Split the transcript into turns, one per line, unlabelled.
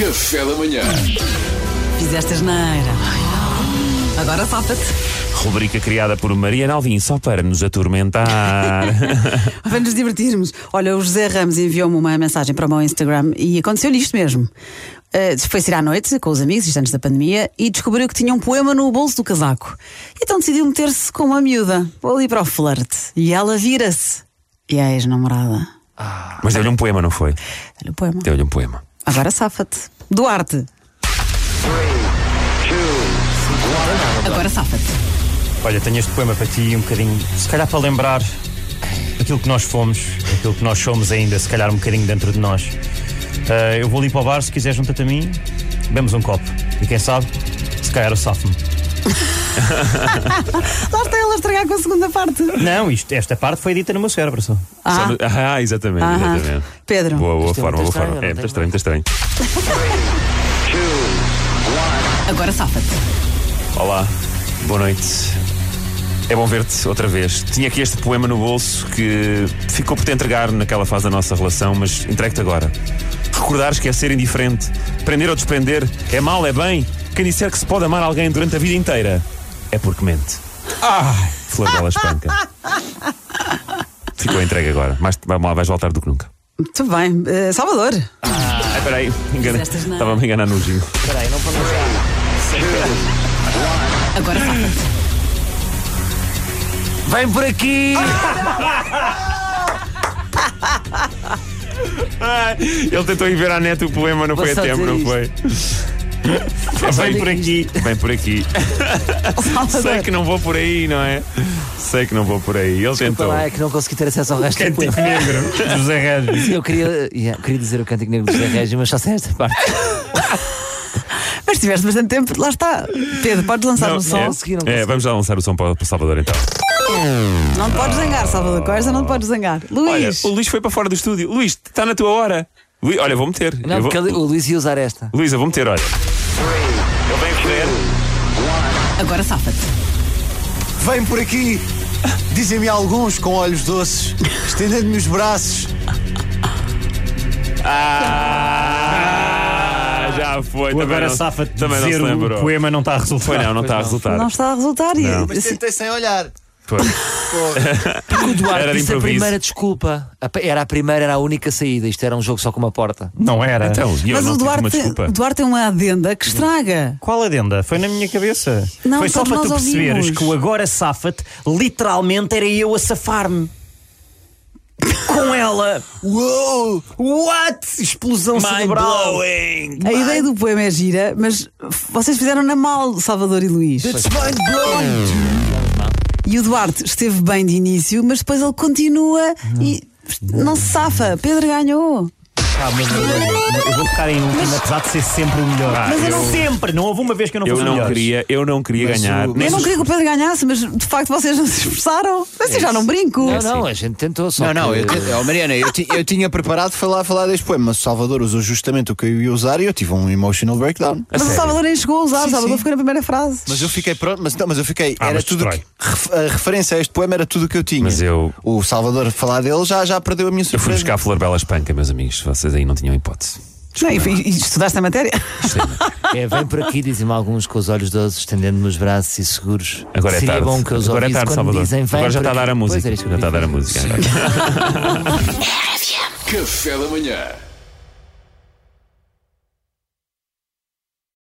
Café da manhã.
Fizeste asneira. Agora salta-te.
Rubrica criada por Maria Alvim só para nos atormentar.
Vamos nos divertirmos. Olha, o José Ramos enviou-me uma mensagem para o meu Instagram e aconteceu-lhe isto mesmo. Eh, foi sair à noite com os amigos, isto antes da pandemia, e descobriu que tinha um poema no bolso do casaco. Então decidiu meter-se com uma miúda, ali para o flerte. E ela vira-se. E é a ex-namorada.
Mas deu-lhe um poema, não foi?
Olha o poema.
Deu-lhe um poema.
Agora safa-te. Duarte. Agora safa-te.
Olha, tenho este poema para ti um bocadinho, se calhar para lembrar aquilo que nós fomos, aquilo que nós somos ainda, se calhar um bocadinho dentro de nós. Ah, eu vou ali para o bar, se quiser junta-te a mim, bebemos um copo. E quem sabe, se calhar eu safo-me.
Lá está ela a estragar com a segunda parte.
Não, isto, esta parte foi dita no meu cérebro só.
Só
Ah,
no- Ah, exatamente,
Aham.
exatamente.
Pedro.
Boa, boa
Isto é
forma, boa
muito estranho,
forma.
não
É,
tem
muito estranho, muito estranho.
Agora safa-te.
Olá, boa noite. É bom ver-te outra vez. Tinha aqui este poema no bolso que ficou por te entregar naquela fase da nossa relação, mas entrego-te agora. Recordar, esquecer, indiferente. Prender ou desprender. É mal, é bem. Quem disser que se pode amar alguém durante a vida inteira é porque mente. Ah, flor bela espanca. Ficou entregue agora. Mais, vamos lá, vais voltar do que nunca.
Muito bem. Eh, Salvador.
Ah, peraí, enganei.
Fizeste asneira.
Estava a me enganar no giro.
Agora safa-te.
Vem por aqui! Ai, Ele tentou ir ver à net o poema, não foi a
só
tempo,
dizer
não
isto.
foi? Vem por aqui. Vem por aqui. Sei
Salvador.
que não vou por aí, não é? Sei que não vou por aí. Ele tentou.
Lá é que não consegui ter acesso ao resto do poema.
Cantico negro, José Regis.
Eu queria, yeah, queria dizer o cântico negro do José Régio, mas só sei esta parte.
Mas tiveste bastante tempo, lá está. Pedro, podes lançar um som.
é,
consegui, não
é,
consegui.
vamos já lançar o som para, para o Salvador então.
Não te podes zangar, Salvador. Com esta não te podes zangar.
Olha,
Luís.
o Luís foi para fora do estúdio. Luís, está na tua hora. Luís, olha, vou meter.
Não,
Eu vou-
porque ele- o Luís ia usar esta.
Luís, eu vou meter, olha. Eu venho querer.
Agora safa-te.
Vem por aqui, dizem-me alguns com olhos doces, estendendo-me os braços.
Ah, já foi.
Tu
também
agora
não-
safa-te de
também não
dizer
se
o
lembrou.
poema não está a resultar.
Foi não, não está a resultar.
Não está a resultar. e- eh,
Não.
Mas tentei sem olhar.
Foi.
Porque o Duarte
Era de
disse a
improviso.
primeira desculpa. A pa- Era a primeira, era a única saída. Isto era um jogo só com uma porta.
Não era.
Então, e eu
Mas
não
o
tive
Duarte,
uma
tem,
desculpa. Uhum.
o Duarte tem uma adenda que estraga.
Qual adenda? Foi na minha cabeça.
Não,
Foi só
todos
para tu
nós
perceberes
ouvimos.
que o agora safa-te literalmente era eu a safar-me. Com ela.
Uou!
What? Explosão cerebral.
A ideia do poema é gira, mas vocês fizeram na mal, Salvador e Luís.
It's mind blowing!
E o Duarte esteve bem de início, mas depois ele continua e não se safa. Pedro ganhou.
Ah, mas eu, eu vou ficar em último, apesar de ser sempre o melhor. mas eu não sempre, não houve uma vez que eu não
Eu
fosse o
não
melhor.
queria, eu não queria
Mas
ganhar.
o-
Nem
Eu não
se-
queria que o Pedro ganhasse, mas de facto vocês não se esforçaram. Mas eu já não brinco.
É
Não, não,
assim.
a gente tentou só.
Não, não,
que-
eu, te- oh, Mariana, eu, ti- eu tinha preparado foi lá falar deste poema, mas o Salvador usou justamente o que eu ia usar e eu tive um emotional breakdown.
Mas o Salvador nem chegou a usar, o Salvador ficou na primeira frase.
Mas eu fiquei pronto, mas, não, mas eu fiquei.
Ah,
era
mas
tudo
destrói.
que- ref- a referência a este poema era tudo o que eu tinha.
Mas eu-
O Salvador falar dele já, já perdeu a minha
Eu fui
surpresa.
buscar a Flor Bela Espanca, meus amigos. Vocês aí não tinham hipótese.
Não, e, e estudaste a matéria?
É, vem por aqui, dizem-me alguns com os olhos doces, estendendo-me os braços e seguros.
Agora é
Seria
tarde.
bom que eu os
Agora é
ouvisse
tarde,
quando
Salvador.
dizem, vem
Agora já
por
está a dar
aqui.
a
Pois
música.
era isto que
Já
eu
está a dar a
queria
música.
Café da manhã.